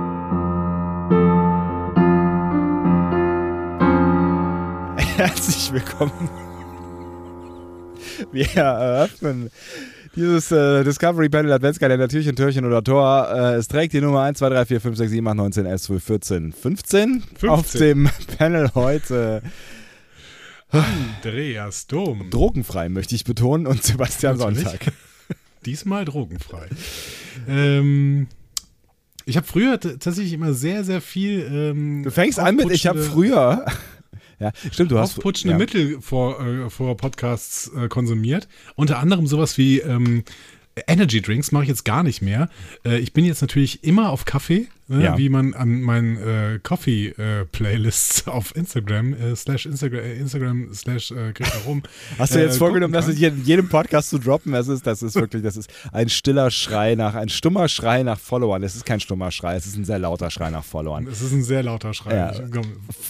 Herzlich willkommen. Wir eröffnen dieses äh, Discovery Panel Adventskalender Türchen, Türchen oder Tor. Äh, es trägt die Nummer 1, 2, 3, 4, 5, 6, 7, 8, 9, 10, 11, 12, 14, 15. Auf 15. dem Panel heute Andreas Dom. drogenfrei, möchte ich betonen, und Sebastian Natürlich. Sonntag. Diesmal drogenfrei. ähm, ich habe früher t- tatsächlich immer sehr, sehr viel. Ähm, Du fängst an mit, ich habe aufputschende- früher. Ja, stimmt, du hast. aufputschende ja. Mittel vor, äh, vor Podcasts äh, konsumiert. Unter anderem sowas wie ähm, Energy Drinks mache ich jetzt gar nicht mehr. Äh, ich bin jetzt natürlich immer auf Kaffee, ne, Ja. wie man an meinen äh, Coffee-Playlists auf Instagram, äh, slash Instagram, äh, Instagram, slash äh, Greta Rum. Hast du äh, jetzt vorgenommen, das gucken kann. in jedem- jedem Podcast zu droppen? Das ist, das ist wirklich, das ist ein stiller Schrei nach, ein stummer Schrei nach Followern. Es ist kein stummer Schrei, es ist ein sehr lauter Schrei nach Followern. Es ist ein sehr lauter Schrei. Ja. Ich- komm,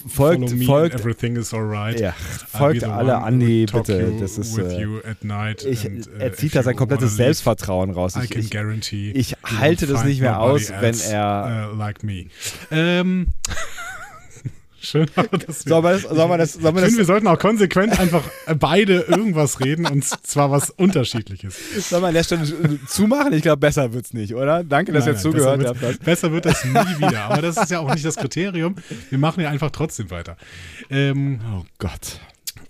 folgt- follow me folgt- and everything is alright. Ja, I'll folgt be the alle one Andi, who talk bitte. you Das ist, with äh, you at night Ich, and, äh, er zieht if da sein you komplettes wanna leave, Selbstvertrauen raus. I Ich, can ich, guarantee. ich you will halte das find nicht mehr nobody aus, wenn else, er- äh, like me. Ähm. Schön, aber dass wir, Sollen wir das- sollen wir das- sollen wir ich das- finde, wir sollten auch konsequent einfach beide irgendwas reden und zwar was Unterschiedliches. soll man an der Stelle äh, zumachen? Ich glaube, besser wird's nicht, oder? Danke, dass ihr Nein, nein, zugehört besser habt. wird, Besser wird das nie wieder. Aber das ist ja auch nicht das Kriterium. Wir machen ja einfach trotzdem weiter. Ähm, Oh Gott.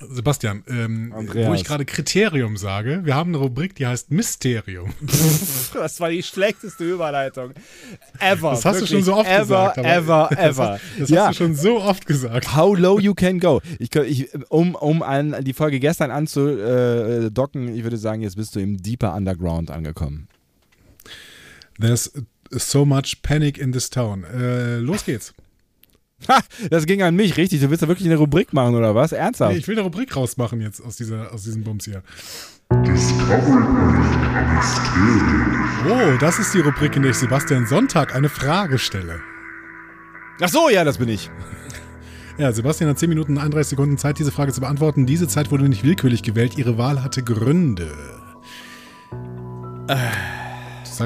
Sebastian, ähm, Andreas. wo ich gerade Kriterium sage, wir haben eine Rubrik, die heißt Mysterium. Das war die schlechteste Überleitung ever. Das hast du Wirklich. schon so oft ever, gesagt. aber Ever, ever, Das, ever. hast, das ja. hast du schon so oft gesagt. How low you can go. Ich, kö- ich, um um an die Folge gestern anzudocken, ich würde sagen, jetzt bist du im Deeper Underground angekommen. There's so much panic in this town. Äh, los geht's. Ha, das ging an mich, richtig. Du willst da wirklich eine Rubrik machen oder was? Ernsthaft? Nee, ich will eine Rubrik rausmachen jetzt aus, dieser, aus diesem Bums hier. Oh, das ist die Rubrik, in der ich Sebastian Sonntag eine Frage stelle. Ach so, ja, das bin ich. Ja, Sebastian hat 10 Minuten und 31 Sekunden Zeit, diese Frage zu beantworten. Diese Zeit wurde nicht willkürlich gewählt. Ihre Wahl hatte Gründe. Du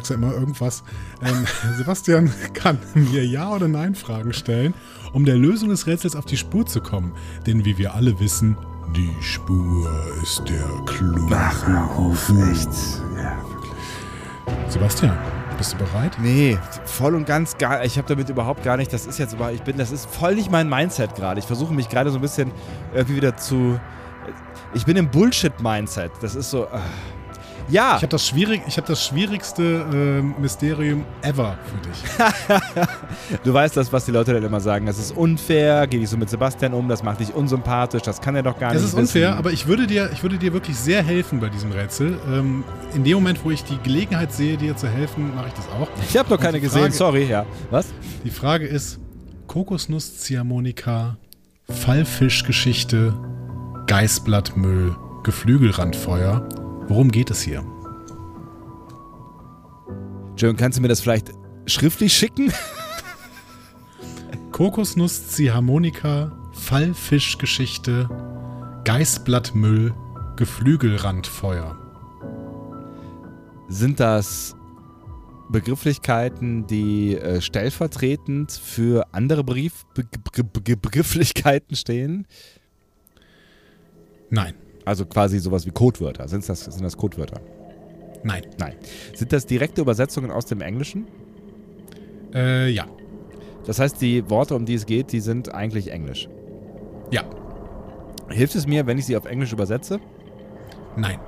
sagst ja immer irgendwas. Ähm, Sebastian kann mir Ja- oder Nein-Fragen stellen, um der Lösung des Rätsels auf die Spur zu kommen. Denn wie wir alle wissen, die Spur ist der Clou. Ruf nichts. Sebastian, bist du bereit? Nee, voll und ganz gar. Ich habe damit überhaupt gar nicht. Das ist jetzt aber, ich bin, das ist voll nicht mein Mindset gerade. Ich versuche mich gerade so ein bisschen irgendwie wieder zu. Ich bin im Bullshit-Mindset. Das ist so. ah. Ja, Ah. Ich habe das, schwierig, ich hab das schwierigste ähm, Mysterium ever für dich. du weißt das, was die Leute dann immer sagen. Das ist unfair. Geh nicht so mit Sebastian um. Das macht dich unsympathisch. Das kann er doch gar Es nicht. ist unfair, wissen. aber ich würde, dir, ich würde dir wirklich sehr helfen bei diesem Rätsel. Ähm, in dem Moment, wo ich die Gelegenheit sehe, dir zu helfen, mache ich das auch. Ich habe noch Und keine die gesehen. Frage- Sorry, ja. Was? Die Frage ist: Kokosnuss, Ziehharmonika, Fallfischgeschichte, Geißblattmüll, Geflügelrandfeuer. Worum geht es hier? Jim, kannst du mir das vielleicht schriftlich schicken? Kokosnuss, Ziehharmonika, Fallfischgeschichte, Geißblattmüll, Geflügelrandfeuer. Sind das Begrifflichkeiten, die äh, stellvertretend für andere Brief Be Be Be Begrifflichkeiten stehen? Nein, Also quasi sowas wie Codewörter. Sind das, sind das Codewörter? nein. Nein. Sind das direkte Übersetzungen aus dem Englischen? Äh, ja, Das heißt, die Worte, um die es geht, die sind eigentlich Englisch. ja, Hilft es mir, wenn ich sie auf Englisch übersetze? nein.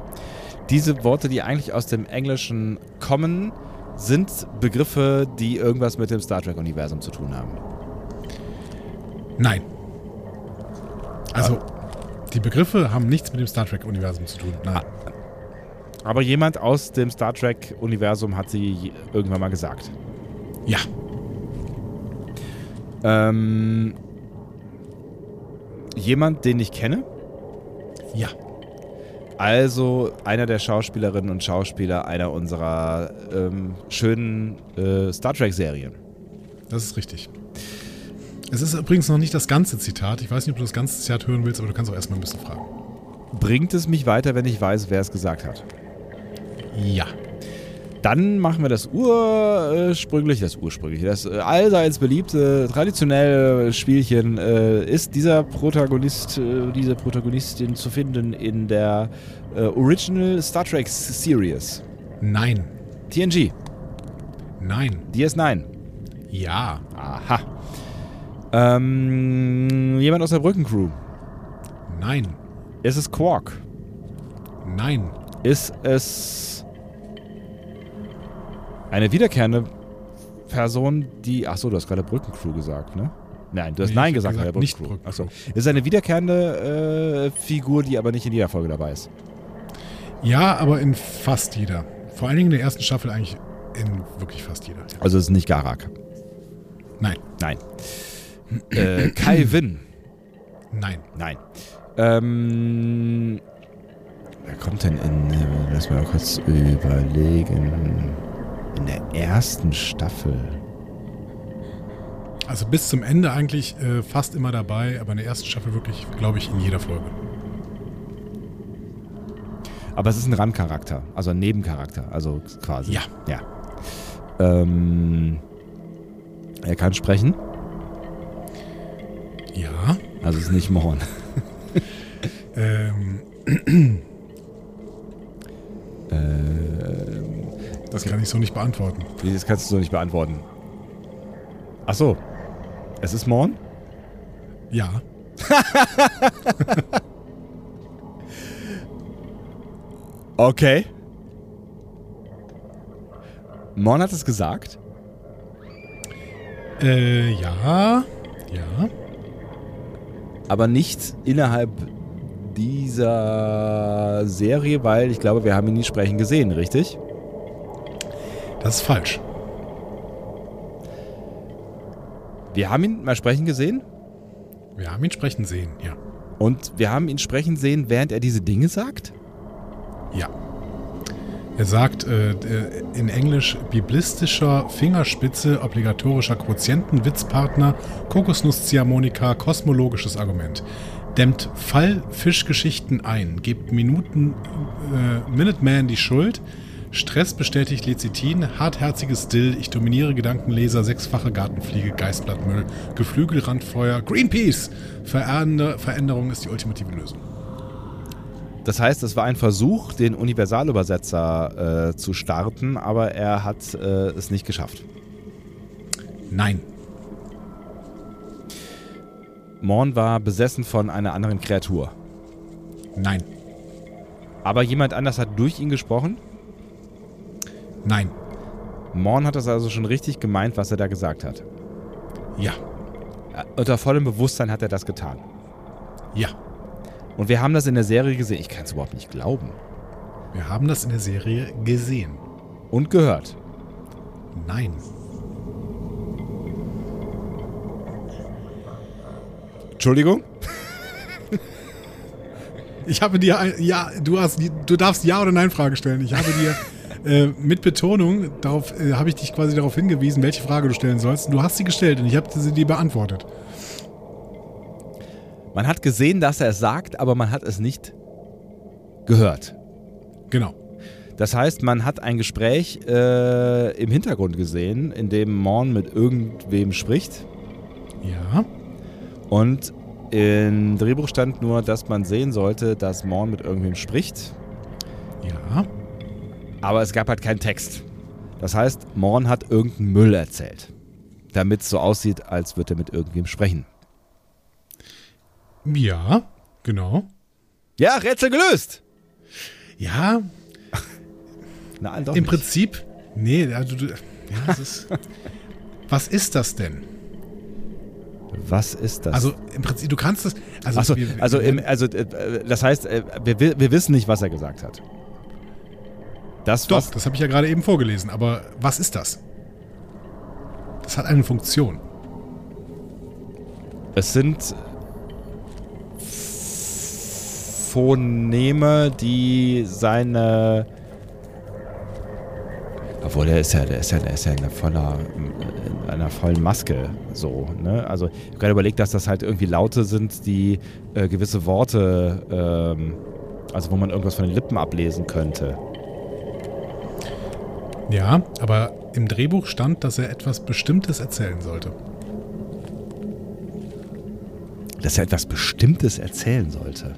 Diese Worte, die eigentlich aus dem Englischen kommen, sind Begriffe, die irgendwas mit dem Star Trek-Universum zu tun haben. Nein. Also, die Begriffe haben nichts mit dem Star Trek-Universum zu tun. Nein. Aber jemand aus dem Star Trek-Universum hat sie je- irgendwann mal gesagt. Ja, Ähm, jemand, den ich kenne? Ja. Also einer der Schauspielerinnen und Schauspieler einer unserer ähm, schönen äh, Star Trek-Serien. Das ist richtig. Es ist übrigens noch nicht das ganze Zitat. Ich weiß nicht, ob du das ganze Zitat hören willst, aber du kannst auch erstmal ein bisschen fragen. Bringt es mich weiter, wenn ich weiß, wer es gesagt hat? Ja. Dann machen wir das ursprüngliche, das ursprüngliche, das äh, allseits beliebte, traditionelle Spielchen. Äh, ist dieser Protagonist, äh, diese Protagonistin zu finden in der äh, Original Star Trek Series? Nein. TNG, Nein. DS9. Ja. Aha. Ähm, jemand aus der Brückencrew. Nein. Ist es Quark? Nein. Ist es eine wiederkehrende Person, die. Achso, du hast gerade Brückencrew gesagt, ne? Nein, du hast Nee, Nein ich gesagt, hab bei der gesagt, nicht Brückencrew. Brückencrew. Achso. Ist eine wiederkehrende äh, Figur, die aber nicht in jeder Folge dabei ist. Ja, aber in fast jeder. Vor allen Dingen in der ersten Staffel eigentlich in wirklich fast jeder. Ja. Also es ist nicht Garak. Nein. Nein. äh, Kai Winn. Nein. Nein. Ähm, wer kommt denn in. Lass mal kurz überlegen. In der ersten Staffel. Also bis zum Ende eigentlich äh, fast immer dabei, aber in der ersten Staffel wirklich, glaube ich, in jeder Folge. Aber es ist ein Randcharakter, also ein Nebencharakter, also quasi. Ja. Ja. Ähm, er kann sprechen, Ja. also ist nicht Morn. Ähm, Ähm, das kann ich so nicht beantworten. nee, das kannst du so nicht beantworten. Ach so. Es ist Morn? Ja. Okay. Morn hat es gesagt? Äh, ja. Ja. aber nicht innerhalb dieser Serie, weil ich glaube, wir haben ihn nie sprechen gesehen, richtig? Das ist falsch. Wir haben ihn mal sprechen gesehen Wir haben ihn sprechen sehen. Ja. und wir haben ihn sprechen sehen, während er diese Dinge sagt. Ja. Er sagt äh, d- in Englisch biblistischer Fingerspitze, obligatorischer Quotienten, Witzpartner, Kokosnuss-Ziehharmonika, kosmologisches Argument. Dämmt Fall-Fischgeschichten ein, gibt Minuten äh, Minuteman die Schuld, Stress bestätigt Lecithin, hartherziges Dill, ich dominiere Gedankenleser, sechsfache Gartenfliege, Geistblattmüll, Geflügelrandfeuer, Greenpeace. Verander Veränderung ist die ultimative Lösung. Das heißt, es war ein Versuch, den Universalübersetzer äh, zu starten, aber er hat äh, es nicht geschafft. Nein. Morn war besessen von einer anderen Kreatur. Nein. Aber jemand anders hat durch ihn gesprochen. Nein. Morn hat das also schon richtig gemeint, was er da gesagt hat. Ja. Äh, Unter vollem Bewusstsein hat er das getan. Ja. Und wir haben das in der Serie gesehen. Ich kann es überhaupt nicht glauben. Wir haben das in der Serie gesehen. Und gehört. Nein. Entschuldigung? Ich habe dir ein, ja, du hast, du darfst ja oder nein Frage stellen. Ich habe dir äh, mit Betonung darauf äh, habe ich dich quasi darauf hingewiesen, welche Frage du stellen sollst. Du hast sie gestellt und ich habe sie dir beantwortet. Man hat gesehen, dass er es sagt, aber man hat es nicht gehört. Genau. Das heißt, man hat ein Gespräch äh, im Hintergrund gesehen, in dem Morn mit irgendwem spricht. Ja. Und im Drehbuch stand nur, dass man sehen sollte, dass Morn mit irgendwem spricht. Ja. Aber es gab halt keinen Text. Das heißt, Morn hat irgendeinen Müll erzählt. Damit es so aussieht, als würde er mit irgendwem sprechen. Ja. Genau. Ja, Rätsel gelöst! Ja. Nein, doch Im nicht. Prinzip. Nee. Also, du, ja, das ist. was ist das denn? Was ist das? Also im Prinzip. Du kannst es. Also, also, wir- also, im, also äh, das heißt, äh, wir, wi- wir wissen nicht, was er gesagt hat. Das, Doch, was, das habe ich ja gerade eben vorgelesen. Aber was ist das? Das hat eine Funktion. es sind Phoneme, die seine. Obwohl, der ist ja, der ist ja, der ist ja in, einer voller, in einer vollen Maske so. Ne? Also, ich habe gerade überlegt, dass das halt irgendwie Laute sind, die äh, gewisse Worte, ähm, also wo man irgendwas von den Lippen ablesen könnte. Ja, aber im Drehbuch stand, dass er etwas Bestimmtes erzählen sollte. Dass er etwas Bestimmtes erzählen sollte.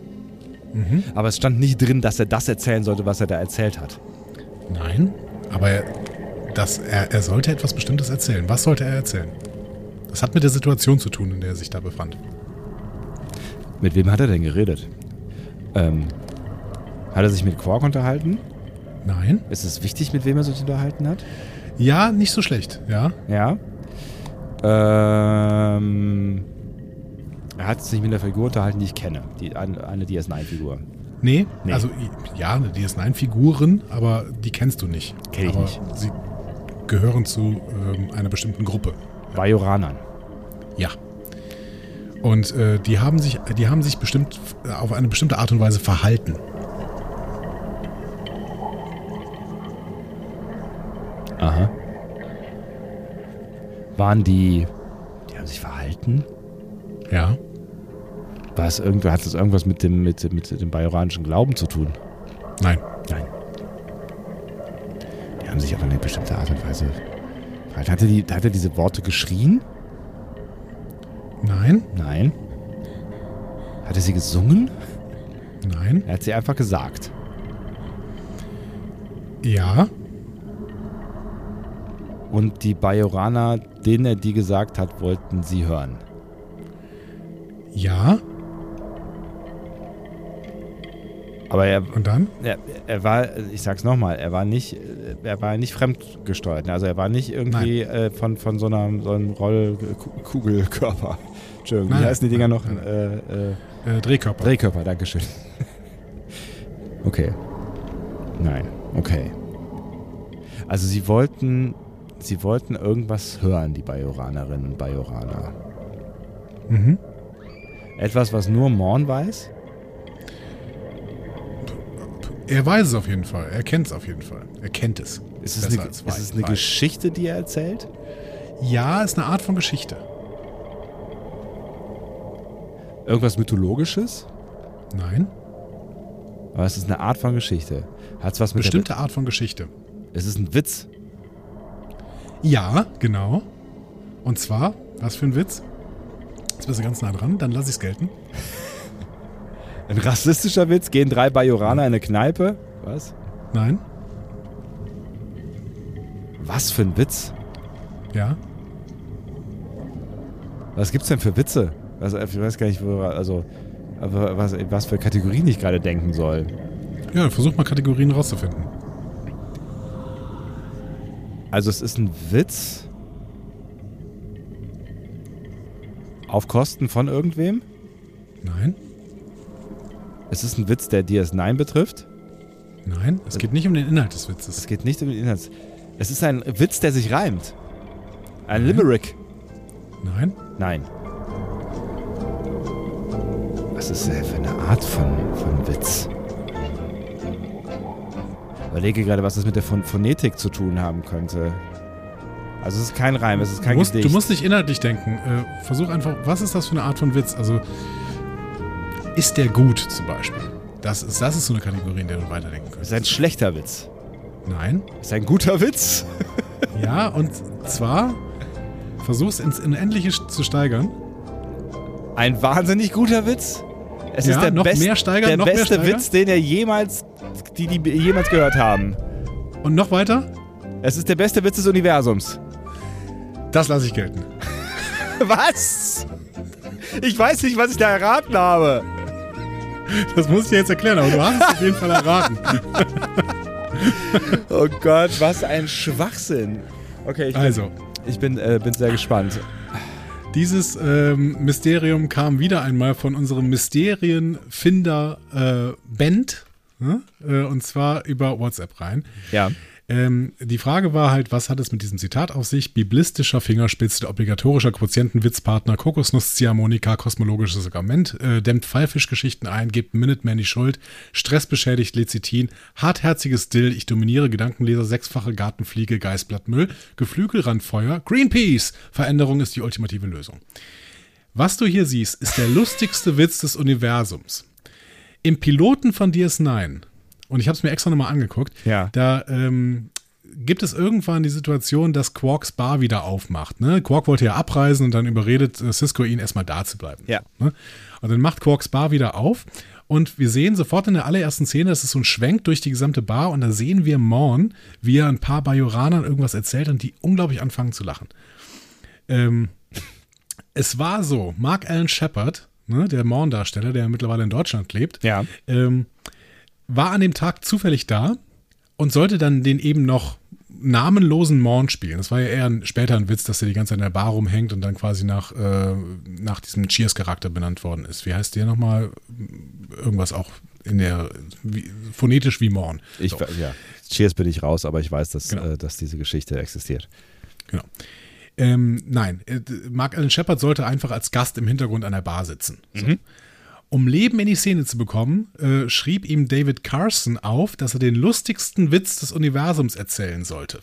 Aber es stand nicht drin, dass er das erzählen sollte, was er da erzählt hat. Nein, aber er, das, er, er sollte etwas Bestimmtes erzählen. Was sollte er erzählen? Das hat mit der Situation zu tun, in der er sich da befand. Mit wem hat er denn geredet? Ähm, hat er sich mit Quark unterhalten? Nein? Ist es wichtig, mit wem er sich unterhalten hat? Ja, nicht so schlecht. Ja, Ja. Ähm, er hat sich mit einer Figur unterhalten, die ich kenne. Die, eine, eine DS9-Figur. Nee, Nee. also i- ja, eine DS9-Figuren, aber die kennst du nicht. Kenn ich aber nicht. Sie gehören zu ähm, einer bestimmten Gruppe. Bei Joranan. Ja. Und äh, die haben sich, die haben sich bestimmt f- äh, auf eine bestimmte Art und Weise verhalten. Aha. Waren die. Die haben sich verhalten? Ja. War es irgendwo, hat es irgendwas mit dem, mit, dem- mit dem bajoranischen Glauben zu tun? Nein. Nein. Die haben sich auf eine bestimmte Art und Weise verhalten. Hat er, die, hat er diese Worte geschrien? Nein. Nein. Hat er sie gesungen? Nein. Er hat sie einfach gesagt. Ja. Und die Bajoraner, denen er die gesagt hat, wollten sie hören. Ja. Aber er, Und dann? er, er war, ich sag's nochmal, er war nicht, äh, er war nicht fremdgesteuert. ne? Also er war nicht irgendwie äh, von, von so, einer, so einem Rollkugelkörper. Entschuldigung, wie Nein. heißen die Dinger noch? Nein. Äh, äh, Äh, Drehkörper. Drehkörper, Dankeschön. Okay. Nein, okay. Also sie wollten, sie wollten irgendwas hören, die Bajoranerinnen und Bajoraner. mhm. Etwas, was nur Morn weiß? Er weiß es auf jeden Fall. Er kennt es auf jeden Fall. Er kennt es. Ist es, Besser eine, als ist weiß, es eine weiß. Geschichte, die er erzählt? Ja, ist eine Art von Geschichte. Irgendwas Mythologisches? Nein. Aber es ist eine Art von Geschichte. Hat es was mit Bestimmte Art von Geschichte. Der es ist ein Witz. Ja, genau. Und zwar, was für ein Witz? Jetzt bist du ganz nah dran, dann lass ich's gelten. Ein rassistischer Witz? Gehen drei Bajoraner in eine Kneipe? Was? Nein? Was für ein Witz? Ja? Was gibt's denn für Witze? Also, ich weiß gar nicht, wo, also aber was, was für Kategorien ich gerade denken soll. Ja, versuch mal Kategorien rauszufinden. Also es ist ein Witz auf Kosten von irgendwem. Nein? Es ist ein Witz, der DS9 betrifft. Nein? Es geht nicht um den Inhalt des Witzes. Es geht nicht um den Inhalt. Es ist ein Witz, der sich reimt. Ein Limerick. Nein? Nein. Was ist denn für eine Art von, von Witz? Überlege gerade, was das mit der Phon Phonetik zu tun haben könnte. Also es ist kein Reim, es ist Du kein musst, du Gedicht. musst nicht inhaltlich denken. Äh, versuch einfach, was ist das für eine Art von Witz? Also, ist der gut zum Beispiel? Das ist, das ist so eine Kategorie, in der du weiterdenken es könntest. ist ein schlechter Witz. Nein? Es ist ein guter Witz. Ja, und zwar versuch's ins Unendliche zu steigern. Ein wahnsinnig guter Witz. Es Ja, ist der, noch best, mehr steigern, der noch mehr beste steigern. Witz, den er jemals, die, die jemals gehört haben. Und noch weiter? Es ist der beste Witz des Universums. Das lasse ich gelten. Was? Ich weiß nicht, was ich da erraten habe. Das muss ich dir jetzt erklären, aber du hast es auf jeden Fall erraten. Oh Gott, was ein Schwachsinn. Okay, ich, Also, ich bin, äh, bin sehr gespannt. dieses ähm, Mysterium kam wieder einmal von unserem Mysterienfinder äh, Bent, ne? äh, und zwar über WhatsApp rein. Ja. Ähm, die Frage war halt, was hat es mit diesem Zitat auf sich? Biblistischer Fingerspitze, obligatorischer Quotientenwitzpartner, Kokosnuss, Ziehharmonika, kosmologisches Sakrament, äh, dämmt Pfeilfischgeschichten ein, gibt Minuteman die Schuld, stressbeschädigt Lecithin, hartherziges Dill, ich dominiere Gedankenleser, sechsfache Gartenfliege, Geißblattmüll, Geflügelrandfeuer, Greenpeace, Veränderung ist die ultimative Lösung. Was du hier siehst, ist der lustigste Witz des Universums. Im Piloten von DS9, und ich habe es mir extra nochmal angeguckt, Ja. da ähm, gibt es irgendwann die Situation, dass Quarks Bar wieder aufmacht. Ne? Quark wollte ja abreisen und dann überredet äh, Cisco ihn erstmal da zu bleiben. Ja. Ne? Und dann macht Quarks Bar wieder auf und wir sehen sofort in der allerersten Szene, das ist so ein Schwenk durch die gesamte Bar und da sehen wir Morn, wie er ein paar Bajoranern irgendwas erzählt und die unglaublich anfangen zu lachen. Ähm, es war so, Mark Allen Shepard, ne, der Morn-Darsteller, der mittlerweile in Deutschland lebt, Ja. ähm, war an dem Tag zufällig da und sollte dann den eben noch namenlosen Morn spielen. Das war ja eher ein, später ein Witz, dass er die ganze Zeit in der Bar rumhängt und dann quasi nach, äh, nach diesem Cheers-Charakter benannt worden ist. Wie heißt der nochmal? Irgendwas auch in der, wie, phonetisch wie Morn. Ich, so. ja. Cheers bin ich raus, aber ich weiß, dass, Genau. äh, dass diese Geschichte existiert. Genau. Ähm, nein, äh, d- Mark Allen Shepard sollte einfach als Gast im Hintergrund an der Bar sitzen. So. Um Leben in die Szene zu bekommen, äh, schrieb ihm David Carson auf, dass er den lustigsten Witz des Universums erzählen sollte.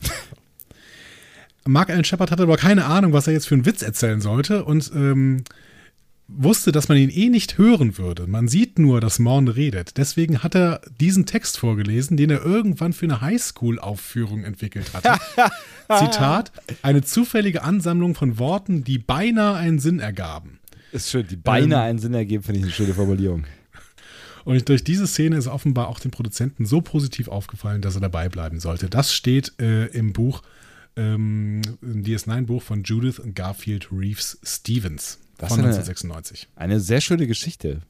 Mark Allen Shepard hatte aber keine Ahnung, was er jetzt für einen Witz erzählen sollte und ähm, wusste, dass man ihn eh nicht hören würde. Man sieht nur, dass Morn redet. Deswegen hat er diesen Text vorgelesen, den er irgendwann für eine Highschool-Aufführung entwickelt hatte. Ah. Zitat, eine zufällige Ansammlung von Worten, die beinahe einen Sinn ergaben. Ist schön, die Beine einen Sinn ergeben, finde ich eine schöne Formulierung. Und durch diese Szene ist offenbar auch dem Produzenten so positiv aufgefallen, dass er dabei bleiben sollte. Das steht äh, im Buch, ähm, im DS9-Buch von Judith und Garfield Reeves Stevens Das von ist eine- 1996. Eine sehr schöne Geschichte.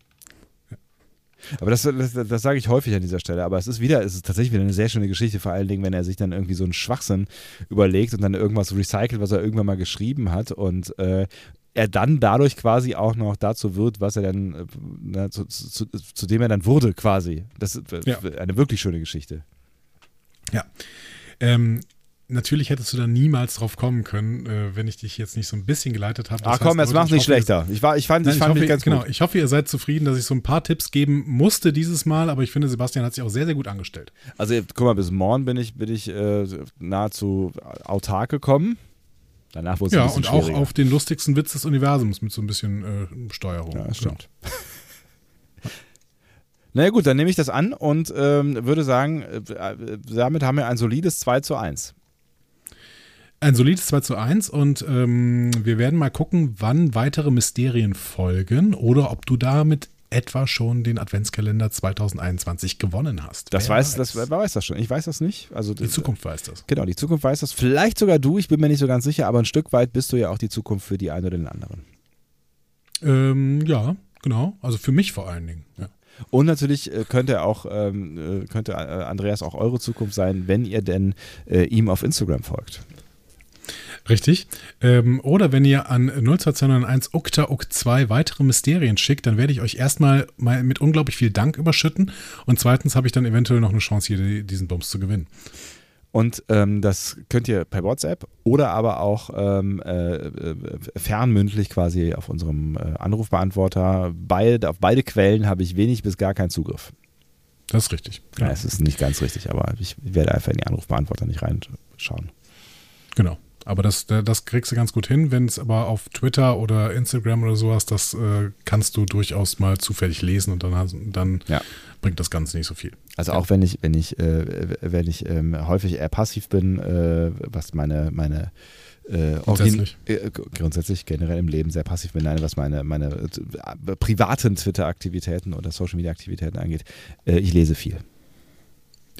Aber das, das, das sage ich häufig an dieser Stelle. Aber es ist wieder, es ist tatsächlich wieder eine sehr schöne Geschichte, vor allen Dingen, wenn er sich dann irgendwie so einen Schwachsinn überlegt und dann irgendwas recycelt, was er irgendwann mal geschrieben hat und äh, er dann dadurch quasi auch noch dazu wird, was er dann, äh, na, zu, zu, zu, zu dem er dann wurde, quasi. Das ist äh, Ja. eine wirklich schöne Geschichte. Ja. Ähm, natürlich hättest du da niemals drauf kommen können, äh, wenn ich dich jetzt nicht so ein bisschen geleitet habe. Das Ach Ah, komm, jetzt heißt, Leute, mach's ich nicht hoffe, ihr- schlechter. Ich, war, ich fand, Nein, ich ich, fand hoffe, mich ganz genau, gut. ich hoffe, ihr seid zufrieden, dass ich so ein paar Tipps geben musste dieses Mal, aber ich finde, Sebastian hat sich auch sehr, sehr gut angestellt. Also guck mal, bis morgen bin ich, bin ich äh, nahezu autark gekommen. Danach wurde es ja, ein bisschen und auch schwieriger. auf den lustigsten Witz des Universums mit so ein bisschen äh, Steuerung. Ja, das stimmt. Naja gut, dann nehme ich das an und ähm, würde sagen, äh, äh, damit haben wir ein solides 2 zu 1. Genau. Ein solides 2 zu 1 und ähm, wir werden mal gucken, wann weitere Mysterien folgen oder ob du damit etwa schon den Adventskalender 2021 gewonnen hast. Das Wer weiß, Das, wer weiß das schon. Ich weiß das nicht. Also Die Zukunft weiß das. Genau, die Zukunft weiß das. Vielleicht sogar du, ich bin mir nicht so ganz sicher, aber ein Stück weit bist du ja auch die Zukunft für die einen oder den anderen. Ähm, ja, genau. Also für mich vor allen Dingen. Ja. Und natürlich äh, könnte auch ähm, äh, könnte äh, Andreas auch eure Zukunft sein, wenn ihr denn äh, ihm auf Instagram folgt. Richtig. Ähm, oder wenn ihr an 02201 ukta ukt 2 weitere Mysterien schickt, dann werde ich euch erstmal mal mit unglaublich viel Dank überschütten und zweitens habe ich dann eventuell noch eine Chance, hier die- diesen Bums zu gewinnen. Und ähm, das könnt ihr per WhatsApp oder aber auch ähm, äh, äh, fernmündlich quasi auf unserem äh, Anrufbeantworter. Beide, auf beide Quellen habe ich wenig bis gar keinen Zugriff. Das ist richtig. Ja. Genau. es ist nicht ganz richtig, aber ich werde einfach in die Anrufbeantworter nicht reinschauen. genau. Aber das, da- das kriegst du ganz gut hin. Wenn es aber auf Twitter oder Instagram oder sowas, das äh, kannst du durchaus mal zufällig lesen und dann, hast- dann Ja. bringt das Ganze nicht so viel. Also auch wenn ich, wenn ich, äh, wenn ich ähm, häufig eher passiv bin, äh, was meine, meine äh, origin- Grundsätzlich. äh, gr- grundsätzlich generell im Leben sehr passiv bin, nein, was meine, meine äh, t- äh, privaten Twitter-Aktivitäten oder Social-Media-Aktivitäten angeht, äh, ich lese viel.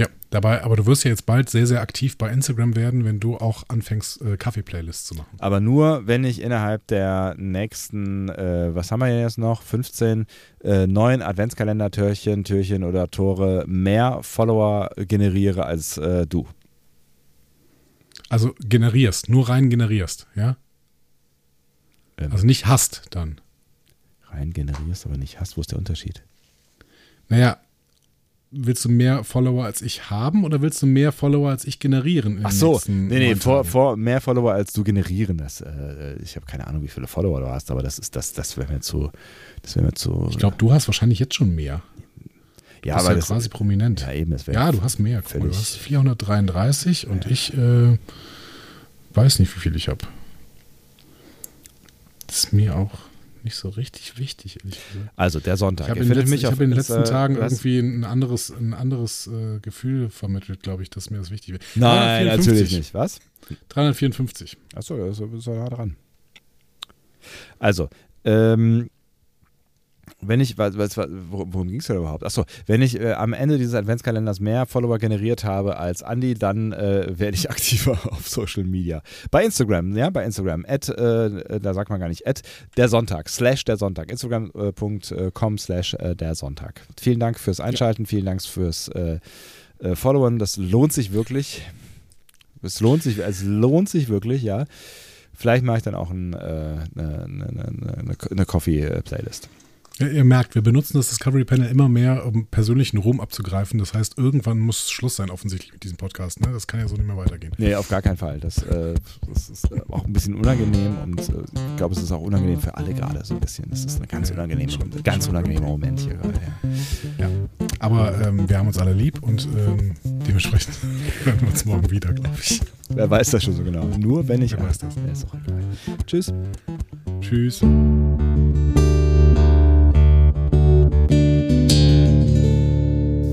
Ja, dabei, aber du wirst ja jetzt bald sehr, sehr aktiv bei Instagram werden, wenn du auch anfängst, äh, Kaffee-Playlists zu machen. Aber nur, wenn ich innerhalb der nächsten, äh, was haben wir denn jetzt noch, 15, äh, neun Adventskalender-Türchen, Türchen oder Tore mehr Follower generiere als äh, du. Also generierst, nur rein generierst, ja? Ähm. Also nicht hast dann. Rein generierst, aber nicht hast. Wo ist der Unterschied? Naja, willst du mehr Follower als ich haben oder willst du mehr Follower als ich generieren? in Ach den so, nächsten nee, nee, neun vor, Tagen? vor mehr Follower als du generieren. Das, äh, ich habe keine Ahnung, wie viele Follower du hast, aber das ist das, das wäre mir zu, das wäre mir zu. Ich glaube, du hast wahrscheinlich jetzt schon mehr. ja, bist aber ja das, quasi prominent. ja eben, das wäre. Ja, du hast mehr. Guck mal, du völlig- hast 433 und ich äh, weiß nicht, wie viel ich habe. Das ist mir auch nicht so richtig wichtig, ehrlich gesagt. Also der Sonntag. Ich habe Ihr in, den findet letzten- mich ich auf hab in den letzten Insta- Tagen was? irgendwie ein anderes, ein anderes äh, Gefühl vermittelt, glaube ich, dass mir das wichtig wird. Nein, 354. natürlich nicht. Was? 354. Achso, da ist ist er nah dran. Also, ähm, wenn ich, was, was, was- worum, worum ging es denn überhaupt? Achso, wenn ich äh, am Ende dieses Adventskalenders mehr Follower generiert habe als Andi, dann äh, werde ich aktiver auf Social Media. Bei Instagram, ja, bei Instagram, at, äh, da sagt man gar nicht, at der Sonntag, slash der Sonntag, instagram.com slash äh, der Sonntag. Vielen Dank fürs Einschalten, vielen Dank fürs äh, äh, Followern, das lohnt sich wirklich. Es lohnt sich, es lohnt sich wirklich, ja. Vielleicht mache ich dann auch ein, äh, eine, eine, eine, eine Coffee-Playlist. Ja, ihr merkt, wir benutzen das Discovery Panel immer mehr, um persönlichen Ruhm abzugreifen. Das heißt, irgendwann muss Schluss sein, offensichtlich mit diesem Podcast. Ne? Das kann ja so nicht mehr weitergehen. Nee, auf gar keinen Fall. Das, äh, das ist äh, auch ein bisschen unangenehm und äh, ich glaube, es ist auch unangenehm für alle gerade so ein bisschen. Das ist ein ganz unangenehmer, ganz unangenehmer Moment hier gerade. Ja. Ja. Aber ähm, wir haben uns alle lieb und ähm, dementsprechend hören wir uns morgen wieder, glaube ich. Wer weiß das schon so genau? Nur wenn ich Wer weiß das? Ja, Ist auch egal. Tschüss. Tschüss.